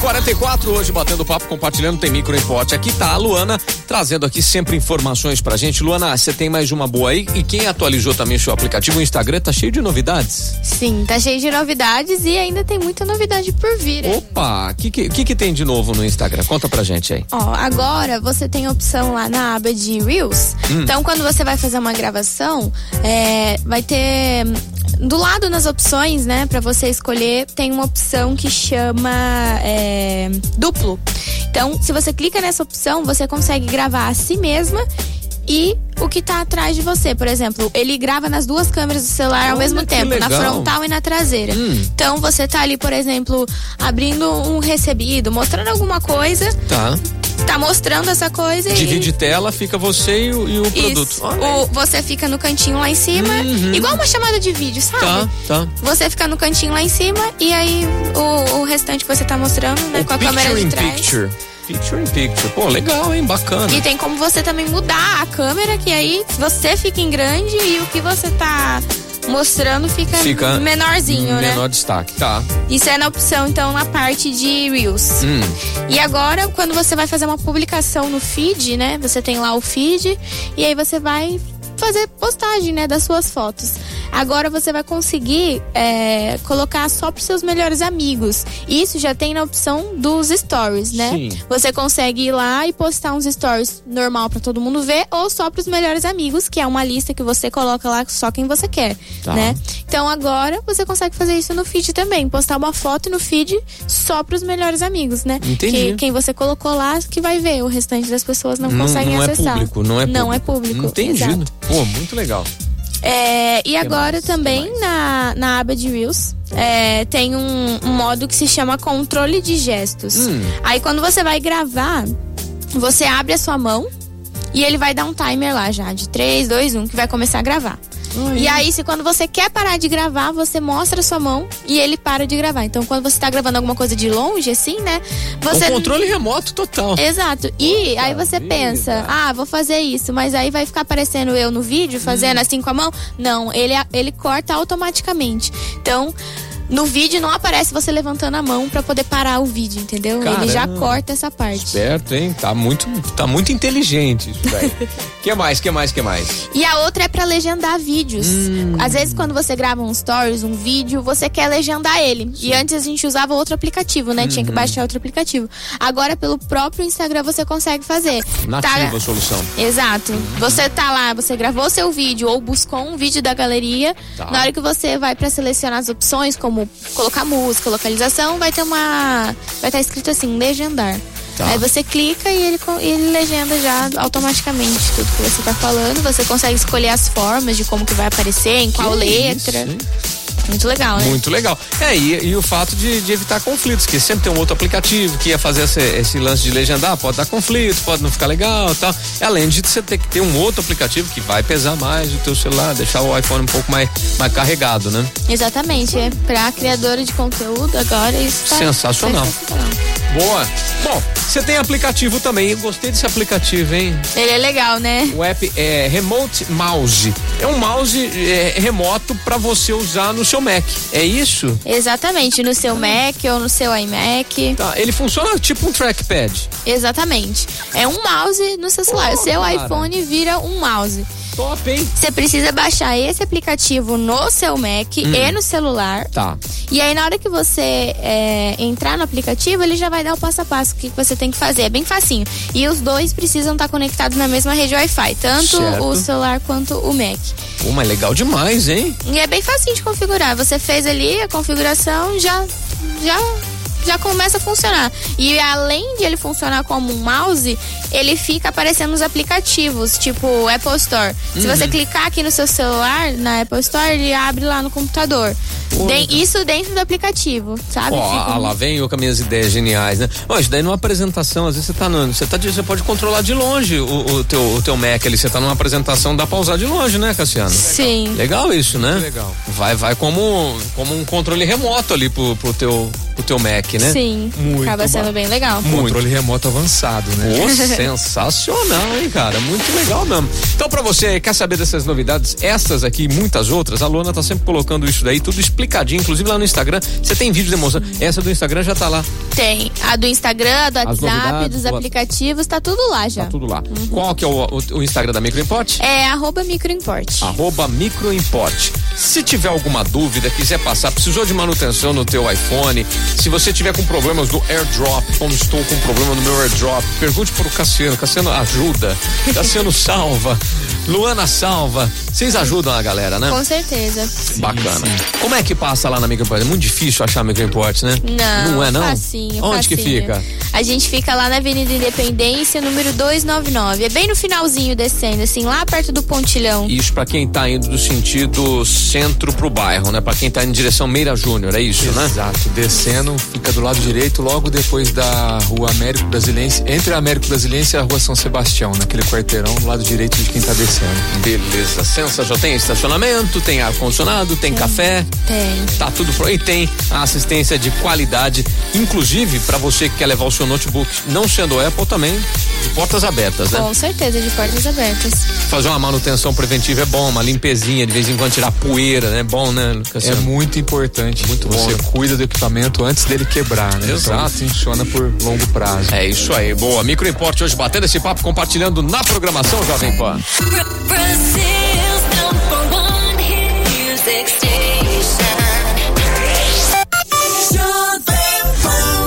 44 hoje batendo papo, compartilhando, tem micro em pote. Aqui tá a Luana trazendo aqui sempre informações pra gente. Luana, você tem mais uma boa aí? E quem atualizou também seu aplicativo, o Instagram tá cheio de novidades? Sim, tá cheio de novidades e ainda tem muita novidade por vir. né? hein? Opa, o que, que, que que tem de novo no Instagram? Conta pra gente aí. Ó, agora você tem a opção lá na aba de Reels. Hum. Então, quando você vai fazer uma gravação, é, vai ter. hum, Do lado nas opções, né, pra você escolher, tem uma opção que chama é, duplo. Então, se você clica nessa opção, você consegue gravar a si mesma e o que tá atrás de você. Por exemplo, ele grava nas duas câmeras do celular ao Olha mesmo que tempo, na legal. Hum. frontal e na traseira. Então, você tá ali, por exemplo, abrindo um recebido, mostrando alguma coisa Tá. tá mostrando essa coisa e- Divide tela, fica você e o, e o produto. Isso. Olha aí. O- você fica no cantinho lá em cima, igual uma chamada de vídeo, sabe? Tá, tá. Você fica no cantinho lá em cima e aí o, o restante que você tá mostrando, né, O com a câmera picture de in trás. picture. Picture in picture. Pô, legal, hein? Bacana. E tem como você também mudar a câmera, que aí você fica em grande e o que você tá mostrando fica, Fica menorzinho, né? Menor destaque. Tá. Hum. Isso é na opção, então, na parte de Reels. E agora, quando você vai fazer uma publicação no feed, né? Você tem lá o feed e aí você vai fazer postagem, né? Das suas fotos. Agora você vai conseguir é, colocar só pros seus melhores amigos. Isso já tem na opção dos stories, né? Sim. Você consegue ir lá e postar uns stories normal pra todo mundo ver ou só pros melhores amigos, que é uma lista que você coloca lá só quem você quer, Tá. né? Então agora você consegue fazer isso no feed também, postar uma foto no feed só pros melhores amigos, né? Entendi. Que quem você colocou lá que vai ver, o restante das pessoas não, Não, conseguem não é acessar. público, não é público. Não é público. Entendido. exato. Pô, muito legal. É, e agora mais? Que também mais? na, na aba de Reels é, tem um, um modo que se chama controle de gestos. Hum. Aí quando você vai gravar, você abre a sua mão e ele vai dar um timer lá já, de 3, 2, 1, que vai começar a gravar. E aí, se quando você quer parar de gravar, você mostra a sua mão e ele para de gravar. Então, quando você tá gravando alguma coisa de longe, assim, né? Você. É. O Um controle remoto total. Exato. E aí você vida. pensa, ah, vou fazer isso, mas aí vai ficar aparecendo eu no vídeo, fazendo Hum. assim com a mão? Não, ele, ele corta automaticamente. Então, no vídeo não aparece você levantando a mão pra poder parar o vídeo, entendeu? Ele já Caramba. corta essa parte. Certo, hein? Tá muito, tá muito inteligente isso daí. que mais, que mais, que mais? E a outra é pra legendar vídeos. Hum. Às vezes, quando você grava um stories, um vídeo, você quer legendar ele. E antes a gente usava outro aplicativo, né? Uhum. Tinha que baixar outro aplicativo. Agora, pelo próprio Instagram, você consegue fazer. Tá, Nativa né? a solução. Exato. Você tá lá, você gravou seu vídeo ou buscou um vídeo da galeria. Tá. Na hora que você vai pra selecionar as opções, como colocar música, localização, vai ter uma. Vai estar escrito assim, legendar. Tá. Aí você clica e ele, co- ele legenda já automaticamente tudo que você tá falando. Você consegue escolher as formas de como que vai aparecer, em qual Que letra. isso, hein? Muito legal, né? Muito legal. É, e, e o fato de, de evitar conflitos, que sempre tem um outro aplicativo que ia fazer esse, esse lance de legendar, ah, pode dar conflito, pode não ficar legal e tal. Além de você ter que ter um outro aplicativo que vai pesar mais o teu celular, deixar o iPhone um pouco mais, mais carregado, né? Exatamente. É pra criadora de conteúdo agora isso tá Sensacional. tá sensacional. Boa. Bom, você tem aplicativo também. Eu gostei desse aplicativo, hein? Ele é legal, né? O app é Remote Mouse. É um mouse é, remoto para você usar no seu Mac. É isso? Exatamente, no seu Mac ou no seu iMac. Tá. Ele funciona tipo um trackpad. Exatamente. É um mouse no seu celular. Pô, O seu cara. iPhone vira um mouse. Top, hein? Você precisa baixar esse aplicativo no seu Mac e no celular. Hum. Tá. E aí, na hora que você é, entrar no aplicativo, ele já vai dar o passo a passo, o que você tem que fazer. É bem facinho. E os dois precisam estar conectados na mesma rede Wi-Fi, tanto Certo. o celular quanto o Mac. Pô, mas legal demais, hein? E é bem facinho de configurar. Você fez ali a configuração, já já já começa a funcionar. E além de ele funcionar como um mouse, ele fica aparecendo nos aplicativos, tipo o Apple Store. Se você Uhum. clicar aqui no seu celular, na Apple Store, ele abre lá no computador. De- isso dentro do aplicativo, sabe? Ó, Fica- ah, lá vem eu com as minhas ideias geniais, né? Ó, isso daí numa apresentação, às vezes você tá no, você tá de- você pode controlar de longe o, o teu, o teu Mac ali, você tá numa apresentação, dá pra usar de longe, né, Cassiano? Sim. Legal isso, né? legal. Vai, vai como, como um controle remoto ali pro, pro teu, pro teu Mac. destaque, né? Sim, Muito acaba sendo bom. bem legal. Um Controle remoto avançado, né? Pô, sensacional, hein, cara? Muito legal mesmo. Então, pra você quer saber dessas novidades, essas aqui e muitas outras, a Luana tá sempre colocando isso daí, tudo explicadinho, inclusive lá no Instagram. Você tem vídeo demonstrando. Essa do Instagram já tá lá, Tem a do Instagram, a do WhatsApp, novidades, dos do- aplicativos, tá tudo lá já. tá tudo lá. Qual que é o, o- o Instagram da Microimport? É arroba microimporte. arroba microimporte. Se tiver alguma dúvida, quiser passar, precisou de manutenção no teu iPhone, se você tiver com problemas do AirDrop, como estou com problema no meu AirDrop, pergunte pro Cassiano, Cassiano ajuda, Cassiano salva, Luana salva, vocês ajudam a galera, né? Com certeza. Bacana. Como é que passa lá na microimporte? É muito difícil achar microimporte, né? Não, é não? facinho, Onde que facinho. fica? A gente fica lá na Avenida Independência, número 299. É bem no finalzinho descendo, assim, lá perto do pontilhão. Isso pra quem tá indo do sentido centro pro bairro, né? Pra quem tá indo em direção Meira Júnior, é isso, né? Exato, descendo, fica do lado direito, logo depois da rua Américo Brasilense, entre a Américo Brasilense e a rua São Sebastião, naquele quarteirão do lado direito de quem tá descendo. Beleza, sensa, já tem estacionamento, tem ar-condicionado, tem café, Tem. tá tudo pro... E tem a assistência de qualidade, inclusive pra você que quer levar o seu notebook, não sendo Apple também, de portas abertas, né? Com certeza, de portas abertas. Fazer uma manutenção preventiva é bom, uma limpezinha, de vez em quando tirar poeira, né? Bom, né, Lucas? É muito importante. Muito bom, Você né? cuida do equipamento antes dele quebrar, né? Exato. Então funciona por longo prazo. É isso aí, boa. Microimporte hoje batendo esse papo, compartilhando na programação Jovem Pan. Brazil's number one hit music station. Jovem Pan.